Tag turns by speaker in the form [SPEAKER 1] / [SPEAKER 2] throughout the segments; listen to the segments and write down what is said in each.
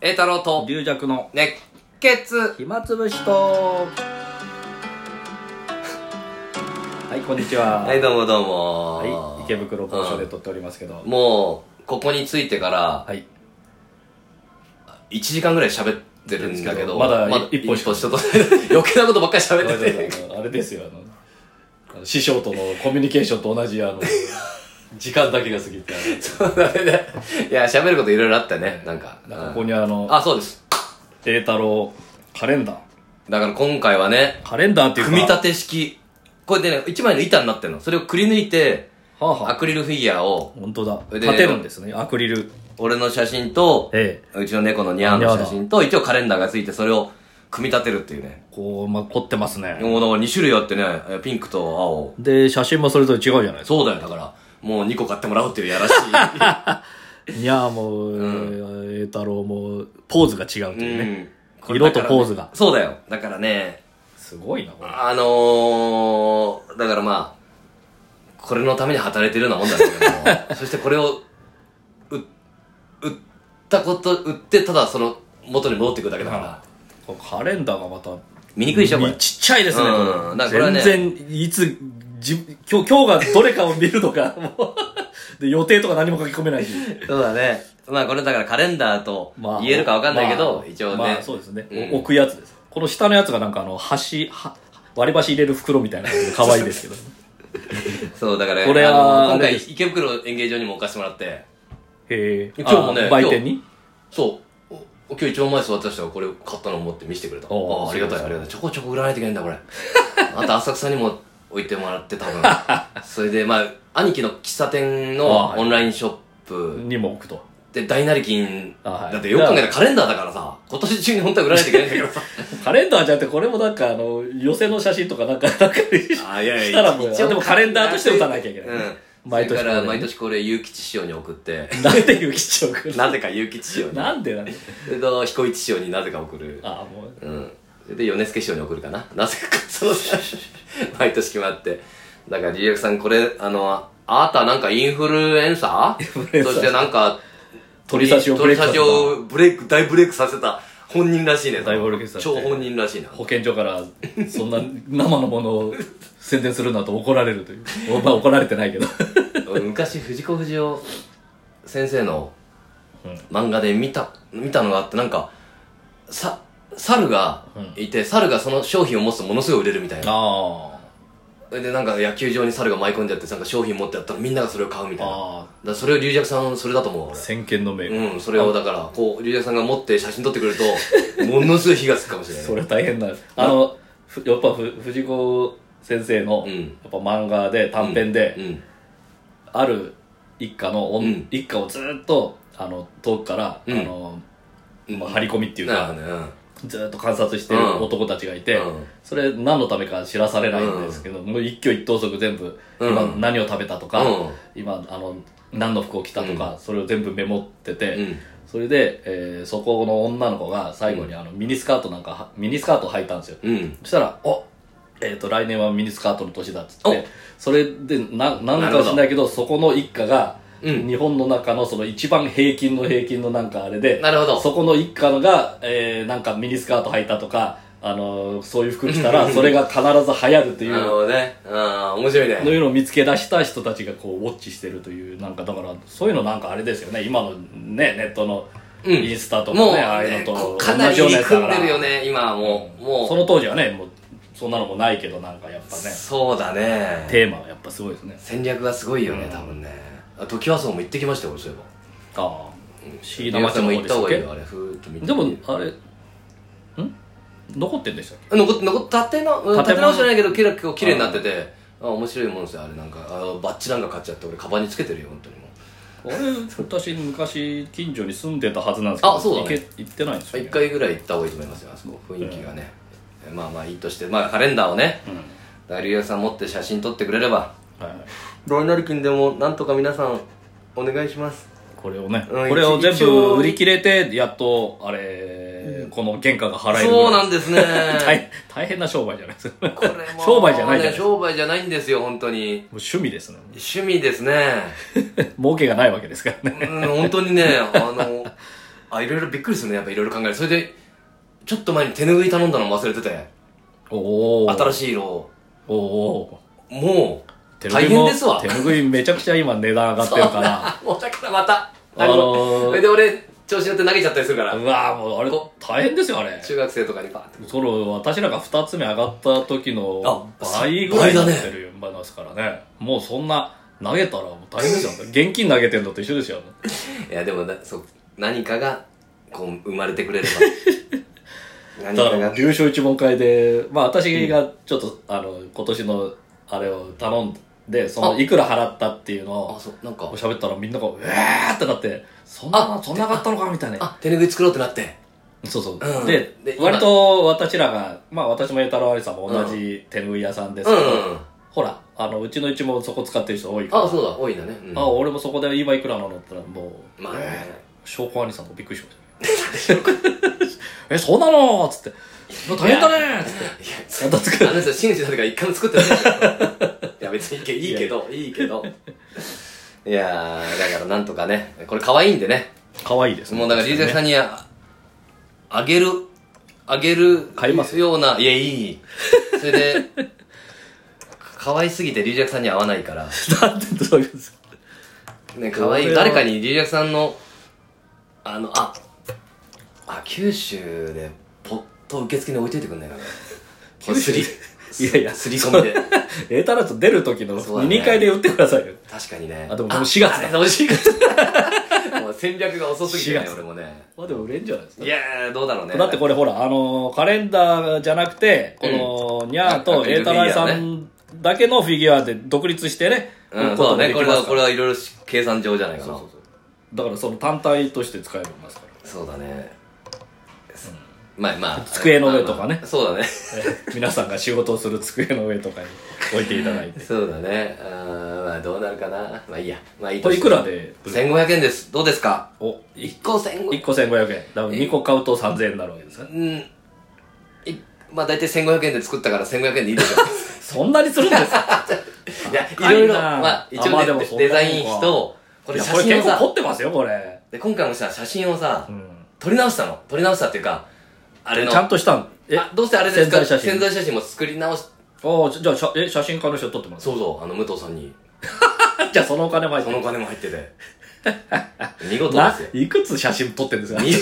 [SPEAKER 1] 栄太郎と
[SPEAKER 2] 龍弱の
[SPEAKER 1] 熱血
[SPEAKER 2] 暇つぶしと はいこんにちは
[SPEAKER 1] はいどうもどうも、
[SPEAKER 2] はい池袋某所で撮っておりますけど、
[SPEAKER 1] もうここに着いてから
[SPEAKER 2] はい
[SPEAKER 1] 1時間ぐらい喋ってるんだけど
[SPEAKER 2] まだ一歩し
[SPEAKER 1] 一
[SPEAKER 2] か
[SPEAKER 1] 歩しか 取ってない余計なことばっかり喋ってて
[SPEAKER 2] あのあれですよあのあの師匠とのコミュニケーションと同じあ の時間だけが過ぎてあ
[SPEAKER 1] そうだねいや喋ることいろいろあったねなんか
[SPEAKER 2] のなんかこ
[SPEAKER 1] う
[SPEAKER 2] こ
[SPEAKER 1] ん
[SPEAKER 2] にあの
[SPEAKER 1] あそうです
[SPEAKER 2] 栄太郎カレンダー
[SPEAKER 1] だから今回はね
[SPEAKER 2] カレンダーっていうか
[SPEAKER 1] 組み立て式これでね一枚の板になってるのそれをくり抜いて
[SPEAKER 2] はあ
[SPEAKER 1] ア
[SPEAKER 2] はあ
[SPEAKER 1] クリルフィギュアを
[SPEAKER 2] 本当だ
[SPEAKER 1] で
[SPEAKER 2] 立てるんですねアクリル
[SPEAKER 1] 俺の写真と
[SPEAKER 2] ええ
[SPEAKER 1] うちの猫のニャーの写真と一応カレンダーがついてそれを組み立てるっていうね
[SPEAKER 2] こう、まあ、凝ってますね
[SPEAKER 1] もうだから2種類あってねえピンクと青
[SPEAKER 2] で写真もそれぞれ違うじゃないですか
[SPEAKER 1] そうだよだからもう2個買ってもらおうっていうやら しい、
[SPEAKER 2] いやーもう、栄太郎もポーズが違うという
[SPEAKER 1] う
[SPEAKER 2] ね、
[SPEAKER 1] ん
[SPEAKER 2] 色とポーズが
[SPEAKER 1] そうだよだからね
[SPEAKER 2] すごいなこれ
[SPEAKER 1] あのー、だからまあこれのために働いてるようなもんだけど もそしてこれをう売ったこと売ってただその元に戻ってくるだけだから
[SPEAKER 2] このカレンダーがまた
[SPEAKER 1] 見にくいでしょこれ
[SPEAKER 2] ちっちゃいですね,、
[SPEAKER 1] うんだから
[SPEAKER 2] こ
[SPEAKER 1] これは
[SPEAKER 2] れ
[SPEAKER 1] ね
[SPEAKER 2] 全然いつじ今日今日がどれかを見るとかもうで 予定とか何も書き込めないし
[SPEAKER 1] そうだねまあこれだからカレンダーと言えるかわかんないけど、
[SPEAKER 2] まあ
[SPEAKER 1] 一応ね、
[SPEAKER 2] まあそうですね、
[SPEAKER 1] うん
[SPEAKER 2] お置くやつですこの下のやつがなんかあの箸は割り箸入れる袋みたいな感じで可愛 いですけど
[SPEAKER 1] そう、だから、
[SPEAKER 2] これは
[SPEAKER 1] あの今
[SPEAKER 2] あ
[SPEAKER 1] 回、
[SPEAKER 2] れです
[SPEAKER 1] 池袋演芸場にも置かせてもらって、
[SPEAKER 2] へえ
[SPEAKER 1] 今日もね
[SPEAKER 2] あ売店に
[SPEAKER 1] そう、お今日一番前座ってた人がこれ買ったのを持って見せてくれた。あ
[SPEAKER 2] おー
[SPEAKER 1] あありがたい、
[SPEAKER 2] そ
[SPEAKER 1] あ
[SPEAKER 2] う
[SPEAKER 1] り
[SPEAKER 2] です
[SPEAKER 1] がたい。ちょこちょこ売らないといけないんだ、こ れ。あと、浅草にも置いてもらって、多分。それで、まあ、兄貴の喫茶店の
[SPEAKER 2] あー
[SPEAKER 1] オンラインショップ
[SPEAKER 2] にも置くと
[SPEAKER 1] で、大なり金、
[SPEAKER 2] あはい
[SPEAKER 1] だってよく考えたらカレンダーだからさ、今年中に本当は売らないといけないんだけど さ。
[SPEAKER 2] カレンダーじゃなくてこれもなんかあの寄せの写真とかなんかなんかに
[SPEAKER 1] あいやいや
[SPEAKER 2] したらもう
[SPEAKER 1] 一応
[SPEAKER 2] でもカレンダーとして打たなきゃいけない、
[SPEAKER 1] うん。
[SPEAKER 2] 毎
[SPEAKER 1] それ
[SPEAKER 2] 年
[SPEAKER 1] か
[SPEAKER 2] これね
[SPEAKER 1] ら、毎年これ、結吉師匠に送って、
[SPEAKER 2] なんでゆきちをくる
[SPEAKER 1] なぜか結吉師匠 に。
[SPEAKER 2] なんでなんで
[SPEAKER 1] それと彦一師匠になぜか送る
[SPEAKER 2] ああもう
[SPEAKER 1] うんそれで米助師匠に送るかな なぜかその毎年決まってだから DX さんこれあのあなたなんかインフルエンサ
[SPEAKER 2] フル
[SPEAKER 1] ー
[SPEAKER 2] エンサ
[SPEAKER 1] そ
[SPEAKER 2] ー
[SPEAKER 1] してなんか
[SPEAKER 2] 鳥刺しをブレイクさせ
[SPEAKER 1] 鳥刺
[SPEAKER 2] た
[SPEAKER 1] しをブレイク大ブレイクさせた本人らしいね
[SPEAKER 2] 大ブレイクさせて
[SPEAKER 1] 超本人らしいな
[SPEAKER 2] 保健所からそんな生のものを宣伝するなと怒られるというおまあ怒られてないけど
[SPEAKER 1] 俺昔藤子不二雄先生の
[SPEAKER 2] うん
[SPEAKER 1] 漫画で見た見たのがあってなんかさ猿がいて、猿がその商品を持つとものすごい売れるみたいな
[SPEAKER 2] あ
[SPEAKER 1] それでなんか野球場に猿が舞い込んじゃってなんか商品持ってやったらみんながそれを買うみ
[SPEAKER 2] あ
[SPEAKER 1] たいなだか
[SPEAKER 2] ああ
[SPEAKER 1] らそれを龍尺さんそれだと思う
[SPEAKER 2] 先見の明、
[SPEAKER 1] 俺うんそれをだからこう龍尺さんが持って写真撮ってくれる とものすごい火がつくかもしれない
[SPEAKER 2] それは大変なあのふやっぱふ藤子先生の、
[SPEAKER 1] うん
[SPEAKER 2] やっぱ漫画で短編で、
[SPEAKER 1] うん
[SPEAKER 2] ある一家の、おん
[SPEAKER 1] うん
[SPEAKER 2] 一家をずーっとあの遠くから、
[SPEAKER 1] うん
[SPEAKER 2] あのまあ、張り込みっていう
[SPEAKER 1] なる
[SPEAKER 2] か、
[SPEAKER 1] ほどねうん
[SPEAKER 2] ずーっと観察してる男たちがいて、
[SPEAKER 1] うん
[SPEAKER 2] それ何のためか知らされないんですけど、もう一挙一投足全部、
[SPEAKER 1] うん
[SPEAKER 2] 今何を食べたとか、
[SPEAKER 1] うん
[SPEAKER 2] 今あの何の服を着たとか、それを全部メモってて、
[SPEAKER 1] うん
[SPEAKER 2] それで、えーそこの女の子が最後にあのミニスカートなんかはミニスカートを履いたんですよ、
[SPEAKER 1] うん
[SPEAKER 2] そしたら「おえっ、と来年はミニスカートの年だ」っつっ
[SPEAKER 1] お
[SPEAKER 2] てそれでななんかは知んないけどそこの一家が、
[SPEAKER 1] うん
[SPEAKER 2] 日本の中のその一番平均の平均のなんかあれで
[SPEAKER 1] なるほど
[SPEAKER 2] そこの一家のが、えーなんかミニスカート履いたとか、あのーそういう服着 たらそれが必ず流行るとい
[SPEAKER 1] なる
[SPEAKER 2] う。
[SPEAKER 1] ほどねうん面白い
[SPEAKER 2] の
[SPEAKER 1] ね
[SPEAKER 2] いうのを見つけ出した人たちがこうウォッチしてるというなんかだからそういうのなんかあれですよね今のねネットの
[SPEAKER 1] うん
[SPEAKER 2] インスタとかね、
[SPEAKER 1] もう
[SPEAKER 2] ああいう
[SPEAKER 1] ね
[SPEAKER 2] のと
[SPEAKER 1] こかなり
[SPEAKER 2] 同じようなやつだ
[SPEAKER 1] 組
[SPEAKER 2] か
[SPEAKER 1] ん
[SPEAKER 2] ら
[SPEAKER 1] でるよね今はもうもう
[SPEAKER 2] その当時はねもうそんなのもないけどなんかやっぱね
[SPEAKER 1] そうだね
[SPEAKER 2] テーマはやっぱすごいですね
[SPEAKER 1] 戦略がすごいよね
[SPEAKER 2] うん
[SPEAKER 1] 多分ねあ時和荘も行ってきましたよ俺そういえば
[SPEAKER 2] ああ不思議な
[SPEAKER 1] 龍尺
[SPEAKER 2] 街
[SPEAKER 1] さんも
[SPEAKER 2] の
[SPEAKER 1] 行
[SPEAKER 2] 方
[SPEAKER 1] っ
[SPEAKER 2] で
[SPEAKER 1] た
[SPEAKER 2] し
[SPEAKER 1] 方
[SPEAKER 2] たっ
[SPEAKER 1] がい
[SPEAKER 2] け
[SPEAKER 1] いよあれふーっと見て
[SPEAKER 2] でもあれん残ってんでしたっけ
[SPEAKER 1] 残って残って建て直
[SPEAKER 2] 物
[SPEAKER 1] 建て直してないけど結構綺麗になっててあ面白いもんですよあれなんかあのバッジなんか買っちゃって俺カバンにつけてるよ本当にもう
[SPEAKER 2] あれ私昔近所に住んでたはずなんですけど
[SPEAKER 1] あそうだね
[SPEAKER 2] 行け行ってないんですよ、
[SPEAKER 1] 一
[SPEAKER 2] ね、
[SPEAKER 1] 回ぐらい行った方がいいと思いますよあそこ雰囲気がね、まあまあいいとしてまあカレンダーをね、
[SPEAKER 2] ん
[SPEAKER 1] だから龍也さん持って写真撮ってくれれば
[SPEAKER 2] はいはい
[SPEAKER 1] 大なり君でもなんとか皆さんお願いします
[SPEAKER 2] これをね、
[SPEAKER 1] うん
[SPEAKER 2] これを全
[SPEAKER 1] 一応
[SPEAKER 2] 部売り切れてやっとあれ、この原価が払えるぐらい
[SPEAKER 1] そうなんです ね
[SPEAKER 2] 大大変な商売じゃないですか
[SPEAKER 1] これも
[SPEAKER 2] 商売じゃないじ
[SPEAKER 1] ね
[SPEAKER 2] ゃないですかもう
[SPEAKER 1] 商売じゃないんですよ本当に
[SPEAKER 2] 趣味ですね
[SPEAKER 1] 趣味ですね
[SPEAKER 2] 儲けがないわけですからね
[SPEAKER 1] うん、本当にね、あの、あ、いろいろびっくりするね。やっぱいろいろ考える。それで、ちょっと前に手拭い頼んだのも忘れてて、
[SPEAKER 2] おお
[SPEAKER 1] 新
[SPEAKER 2] い。
[SPEAKER 1] しい色を。
[SPEAKER 2] おお
[SPEAKER 1] もう、
[SPEAKER 2] 手
[SPEAKER 1] 大
[SPEAKER 2] 拭いも
[SPEAKER 1] 変ですわ
[SPEAKER 2] 手。拭いめちゃくちゃ今値段上がって るから。
[SPEAKER 1] もうだからまた、
[SPEAKER 2] あのー
[SPEAKER 1] それで俺、調子乗って投げちゃったりするから
[SPEAKER 2] う、わーもうあれ大変ですよ、あれ。
[SPEAKER 1] 中学生とかにパーって。
[SPEAKER 2] その私らが2つ目上がった時の
[SPEAKER 1] あ
[SPEAKER 2] 倍ぐらい
[SPEAKER 1] 倍
[SPEAKER 2] にな
[SPEAKER 1] だね
[SPEAKER 2] ってる場合ですからねもうそんな投げたらもう大変ですよ現金投げてんのと一緒ですよ
[SPEAKER 1] いや、でもな、そう、何かが、こう、生まれてくれれ ば。
[SPEAKER 2] だ
[SPEAKER 1] 何
[SPEAKER 2] か
[SPEAKER 1] からが。
[SPEAKER 2] 優勝一問会でまあ私がちょっと、あの今年のあれを頼んでその
[SPEAKER 1] あ
[SPEAKER 2] いくら払ったっていうの
[SPEAKER 1] あ、
[SPEAKER 2] を
[SPEAKER 1] そう、なんか、
[SPEAKER 2] 喋ったらみんなが「えー!」ってなって「そんなそんな上がったのか」みたいな
[SPEAKER 1] あ、手拭い作ろうってなって。
[SPEAKER 2] そうそう、
[SPEAKER 1] うん
[SPEAKER 2] で
[SPEAKER 1] で今
[SPEAKER 2] 割と私らがまあ私も栄太郎ありさんも同じ手拭い屋さんです
[SPEAKER 1] うん
[SPEAKER 2] け
[SPEAKER 1] う
[SPEAKER 2] ど、
[SPEAKER 1] んうん。
[SPEAKER 2] ほら、あの、うちのうちもそこ使ってる人多いから。
[SPEAKER 1] あ、そうだ、多いんだね。うん
[SPEAKER 2] あ、俺もそこで今いくらなのって言ったら、もう、
[SPEAKER 1] まあね。
[SPEAKER 2] 証拠兄さんとびっくりしました。え、そうなのつって。大変だねつって。
[SPEAKER 1] いや、
[SPEAKER 2] あんた作る
[SPEAKER 1] あの人、真摯だから一回も作ってないから。いや、別にいいけいいけど、いいけど。いやー、だからなんとかね、これ可愛いんでね。
[SPEAKER 2] 可愛いですね。
[SPEAKER 1] もうだから、リュウジャクさんにああげる、あげる、
[SPEAKER 2] 買います
[SPEAKER 1] ような、いや、いい。それで、可愛すぎてリュウジャクさんに合わないから、
[SPEAKER 2] なんてそういうんですか。
[SPEAKER 1] ね、可愛
[SPEAKER 2] こ
[SPEAKER 1] い。
[SPEAKER 2] れは
[SPEAKER 1] 誰かにリュウジャクさんの、あの、あ、あ、九州で、ポット受付に置いといてくんないかな。これすり、
[SPEAKER 2] いやいや
[SPEAKER 1] すり込みで。
[SPEAKER 2] えー、たらと出る時の
[SPEAKER 1] そうだね
[SPEAKER 2] 2回で売ってくださいよ。
[SPEAKER 1] 確かにね。
[SPEAKER 2] あでももう4月だ
[SPEAKER 1] あれもう4月もう戦略が遅すぎて
[SPEAKER 2] 4
[SPEAKER 1] ね、
[SPEAKER 2] 月
[SPEAKER 1] 俺もね。
[SPEAKER 2] まあでも売れんじゃないです
[SPEAKER 1] いやー、どうだろうね。
[SPEAKER 2] だってこれほら、あのーカレンダーじゃなくて、この、ニャーと
[SPEAKER 1] 各々
[SPEAKER 2] エータライさ
[SPEAKER 1] フィ
[SPEAKER 2] んだけのフィギュアで独立してね、
[SPEAKER 1] うん、
[SPEAKER 2] 売ると
[SPEAKER 1] そうだ
[SPEAKER 2] で
[SPEAKER 1] ね。
[SPEAKER 2] き
[SPEAKER 1] これ
[SPEAKER 2] ま
[SPEAKER 1] は、
[SPEAKER 2] すか
[SPEAKER 1] これはいろいろ計算上じゃないかな。
[SPEAKER 2] ら
[SPEAKER 1] そう
[SPEAKER 2] そうそうそうだからその単体として使えますから。
[SPEAKER 1] だね。まあまあ。
[SPEAKER 2] 机の上とかね
[SPEAKER 1] まあまあそうだ ね。
[SPEAKER 2] え皆さんが仕事をする机の上とかに置いていただいて。
[SPEAKER 1] そうだね。あーまあどうなるかな。まあいいや。まあいい
[SPEAKER 2] ことれい
[SPEAKER 1] して
[SPEAKER 2] くらで売る
[SPEAKER 1] ?1500 円です。どうですか
[SPEAKER 2] お、い
[SPEAKER 1] ?1 個1500
[SPEAKER 2] 1個1500円。だから2個買うと3000円になるわけですね。
[SPEAKER 1] うん。いまあ大体1500円で作ったから1500円でいいでし ょ。
[SPEAKER 2] そんなにするんです か
[SPEAKER 1] いや、
[SPEAKER 2] 高いない
[SPEAKER 1] ろいろ、まあ、一
[SPEAKER 2] あまあで
[SPEAKER 1] 応
[SPEAKER 2] も
[SPEAKER 1] ね
[SPEAKER 2] そ、んな
[SPEAKER 1] デ
[SPEAKER 2] もんか
[SPEAKER 1] ザイン費と、こ
[SPEAKER 2] こ
[SPEAKER 1] れ
[SPEAKER 2] れ
[SPEAKER 1] 写
[SPEAKER 2] これ
[SPEAKER 1] 真を
[SPEAKER 2] 結構凝
[SPEAKER 1] さ、
[SPEAKER 2] ってますよ、これ。
[SPEAKER 1] で今回もさ、写真をさ
[SPEAKER 2] う、ん。
[SPEAKER 1] 撮り直したの。撮り直したっていうか、あれの、
[SPEAKER 2] ちゃんとしたん。え、
[SPEAKER 1] あどうしてあれです
[SPEAKER 2] 潜
[SPEAKER 1] か
[SPEAKER 2] 在写真
[SPEAKER 1] 潜在写真も作り直し、
[SPEAKER 2] おじゃあ、写え写真家の人撮ってもらう。
[SPEAKER 1] そうそう、あの、武藤さんに、
[SPEAKER 2] じゃあ、そのお金も入っ
[SPEAKER 1] そ
[SPEAKER 2] て
[SPEAKER 1] のお金も入って て。見事で
[SPEAKER 2] な
[SPEAKER 1] すよ、
[SPEAKER 2] いくつ写真撮ってるんですか
[SPEAKER 1] 見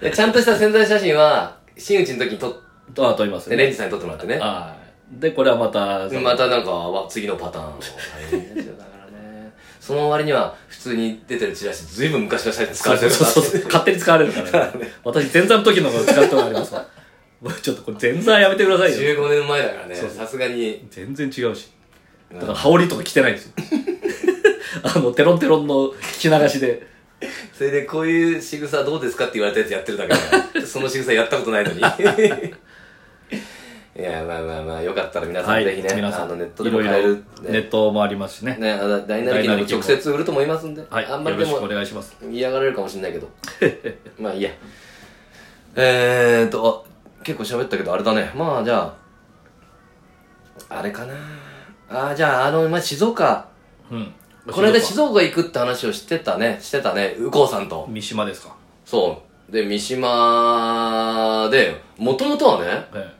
[SPEAKER 1] で。ちゃんとした潜在写真は、真打ちの時に撮っ
[SPEAKER 2] と、あ、撮ります
[SPEAKER 1] て、
[SPEAKER 2] よ
[SPEAKER 1] レン
[SPEAKER 2] ね。
[SPEAKER 1] ジさんに撮ってもらってね。
[SPEAKER 2] はい。で、これはまた、
[SPEAKER 1] でまたなんか、わ次のパターンを。大変ですよだからねその割には、普通に出てるチラシ、ずいぶん昔の写真使
[SPEAKER 2] そ
[SPEAKER 1] わ
[SPEAKER 2] う
[SPEAKER 1] れて
[SPEAKER 2] そう
[SPEAKER 1] るなって
[SPEAKER 2] そう そう。勝手に使われるからね。私、前座の時の方が使ったことありますわ。 もうちょっとこれ前座やめてくださいよ。
[SPEAKER 1] 15年前だからね
[SPEAKER 2] そうそう
[SPEAKER 1] さすがに
[SPEAKER 2] 全然違うし。だから羽織とか着てないん ですよ。あの、テロンテロンの聞き流しで。
[SPEAKER 1] それでこういう仕草どうですかって言われたやつやってるだけだから その仕草やったことないのに いやまあまあまあよかったら皆さんぜひね、
[SPEAKER 2] 皆さ
[SPEAKER 1] あ
[SPEAKER 2] ん、
[SPEAKER 1] のネットでも買える
[SPEAKER 2] いろいろネットもありますしね。
[SPEAKER 1] ねあのダイナリキ
[SPEAKER 2] ダイナ
[SPEAKER 1] の
[SPEAKER 2] リキも
[SPEAKER 1] 直接売ると思いますんで、
[SPEAKER 2] はい。
[SPEAKER 1] あんまり
[SPEAKER 2] よ
[SPEAKER 1] で
[SPEAKER 2] ろしくお
[SPEAKER 1] も
[SPEAKER 2] 願いします。
[SPEAKER 1] 嫌がられるかもしれない けどまあいいやえーっとあ結構喋ったけどあれだねまあじゃああれかなあーじゃああの、まあ、静岡
[SPEAKER 2] うん。
[SPEAKER 1] これで静岡行くって話をしてたねしてたね右近さんと
[SPEAKER 2] 三島ですか。
[SPEAKER 1] そう。で、三島で、もともとはね、
[SPEAKER 2] え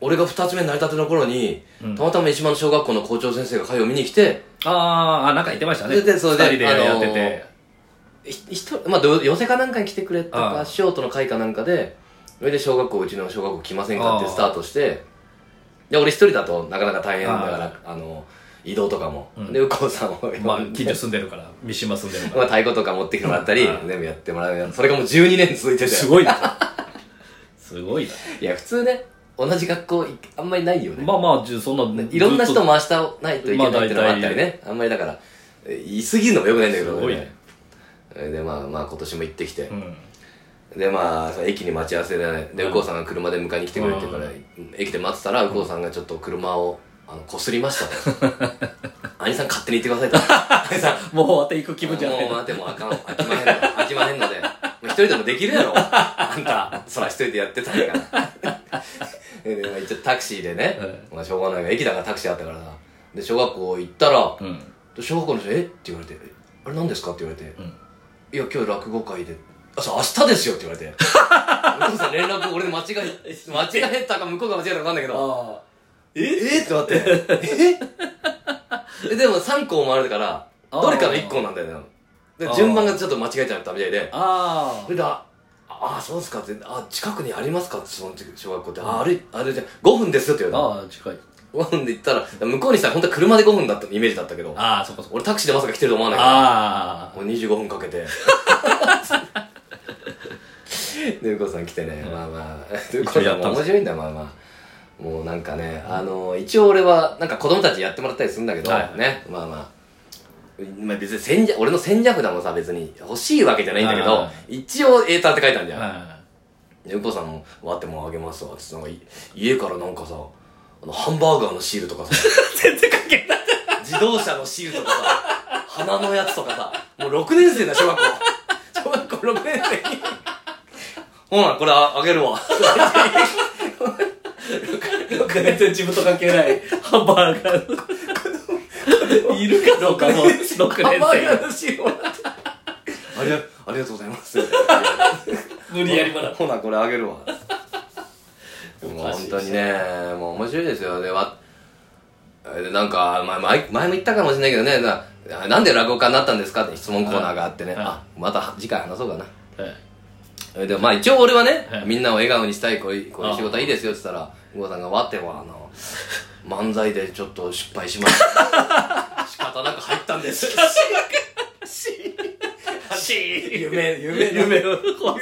[SPEAKER 1] 俺が二つ目になりたての頃に、
[SPEAKER 2] うん
[SPEAKER 1] たまたま三島の小学校の校長先生が会を見に来て、
[SPEAKER 2] えあーあ、なんか言ってましたね。
[SPEAKER 1] それでそれで
[SPEAKER 2] 二人でやって
[SPEAKER 1] あのー
[SPEAKER 2] て。
[SPEAKER 1] ひ一人、まあ、ど寄せかなんかに来てくれた
[SPEAKER 2] あ
[SPEAKER 1] か、
[SPEAKER 2] あ
[SPEAKER 1] ショートの会かなんかで、それで小学校、うちの小学校来ませんかってスタートして、で、俺一人だとなかなか大変だから、あの、移動とかも。
[SPEAKER 2] うん
[SPEAKER 1] で、右近さんを呼んで、
[SPEAKER 2] まあ、近所住んでるから、三島住んでるか
[SPEAKER 1] まあ、太鼓とか持ってきてもらったり、
[SPEAKER 2] うん
[SPEAKER 1] 全部やってもらうよ。それがもう12年続いてて。
[SPEAKER 2] ら。すごいな。すごいな。
[SPEAKER 1] いや、普通ね、同じ学校い、あんまりないよね。
[SPEAKER 2] まあまあ、じゅそんな、
[SPEAKER 1] いろんな人
[SPEAKER 2] ずっと
[SPEAKER 1] 回したないといけないっていうのもあったりね。あんまりだから、え言い過ぎるのもよくないんだけど、
[SPEAKER 2] すごい
[SPEAKER 1] ね
[SPEAKER 2] ね。
[SPEAKER 1] で、まあまあ今年も行ってきて
[SPEAKER 2] う。ん。
[SPEAKER 1] で、まあ、その駅に待ち合わせでね、で、
[SPEAKER 2] うん
[SPEAKER 1] 右近さんが車で迎えに来てくれって言うから
[SPEAKER 2] う、
[SPEAKER 1] 駅で待ってたら、右近さんがちょっと車を、あの、こすりましたと。兄さん勝手に行ってくださいと。兄さん、
[SPEAKER 2] もう終わっていく気分じゃな
[SPEAKER 1] も。
[SPEAKER 2] いう
[SPEAKER 1] 待てもうあかん。飽きまへんの。飽きまへんので。一人でもできるやろ。あんた、そら一人でやってたんやから。 でまあ一応タクシーでね、まあしょうがないが、駅だからタクシーあったからな。で、小学校行ったら、
[SPEAKER 2] うん。
[SPEAKER 1] 小学校の人、えって言われて、あれ何ですかって言われて、
[SPEAKER 2] ん
[SPEAKER 1] いや、今日落語会で。あ、そう、明日ですよって言われて。 お父さん連絡俺で間違え、間違えたか向こうが間違えたかわかんないけど。
[SPEAKER 2] ああ。
[SPEAKER 1] ええってなって。ええでも3校もあるから、
[SPEAKER 2] あー
[SPEAKER 1] どれかの1校なんだよね。で
[SPEAKER 2] あー
[SPEAKER 1] 順番がちょっと間違えちゃったみたいで。
[SPEAKER 2] あ
[SPEAKER 1] それで、あ、あ、そうですかって、あ、近くにありますかって、その時小学校って。あ、あれ、あれじゃん5分ですよって言われた。
[SPEAKER 2] あ。ああ、近い。
[SPEAKER 1] 5分で行ったら、向こうにさ、本当は車で5分だったイメージだったけど。
[SPEAKER 2] ああ、そこそこ。
[SPEAKER 1] 俺タクシーでまさか来てると思わないから。
[SPEAKER 2] あ
[SPEAKER 1] もう25分かけ て。で、うこさん来てね、まあまあ。で、うこさ
[SPEAKER 2] 一応や
[SPEAKER 1] ん
[SPEAKER 2] った
[SPEAKER 1] も
[SPEAKER 2] んで
[SPEAKER 1] 面
[SPEAKER 2] す
[SPEAKER 1] 白いんだよ、まあまあ。もうなんかね、あの、一応俺は、なんか子供たちにやってもらったりするんだけど、
[SPEAKER 2] はい
[SPEAKER 1] ね、まあまあ。まあ別に戦略、俺の戦略だもさ、別に欲しいわけじゃないんだけど
[SPEAKER 2] は、
[SPEAKER 1] 一応エーターって書いたんじ
[SPEAKER 2] あ。
[SPEAKER 1] ゃん。
[SPEAKER 2] は
[SPEAKER 1] で、うこさんも、わってもうあげますわ、つって、なんかい、家からなんかさ、あの、ハンバーガーのシールとかさ、
[SPEAKER 2] い。全然関係ない。
[SPEAKER 1] 自動車のシールとかさ、花のやつとかさ、もう6年生だ、小学校。小学校6年生に。ほら、これああげるわ。
[SPEAKER 2] 全然自分と関係ない。ハンバーガーの。いるかどうかの、6年生
[SPEAKER 1] ハンバーガーのシールもらって。ありがありがとうございます。
[SPEAKER 2] 無理やりまだ。
[SPEAKER 1] ほな、これあげるわ。もう
[SPEAKER 2] おかしい
[SPEAKER 1] 本当にね、もう面白いですよ。で、わ、でなんか、ま前前も言ったかもしれないけどね、ななんで落語家になったんですかって質問コーナーがあってね、
[SPEAKER 2] はい
[SPEAKER 1] あ、また次回話そうかな。
[SPEAKER 2] はい
[SPEAKER 1] えでもまあ一応俺はね、
[SPEAKER 2] はい
[SPEAKER 1] みんなを笑顔にしたいこういうこういう仕事はいいですよって言ったら久保さんが「わてはあの漫才でちょっと失敗しま した仕方なく入ったんです」夢夢の
[SPEAKER 2] 夢を壊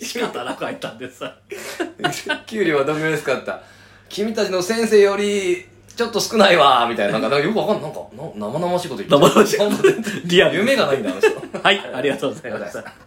[SPEAKER 2] す。仕方なく入ったんでさ。
[SPEAKER 1] 給料はどんぐらいですか?」って言ったら「君たちの先生よりちょっと少ないわ」みたいななんかなんかよくわかんないなんかな生々しいこと言って
[SPEAKER 2] 生々しい
[SPEAKER 1] 本当に
[SPEAKER 2] リアル。
[SPEAKER 1] 夢がないんだあの人
[SPEAKER 2] はい、ありがとうございました。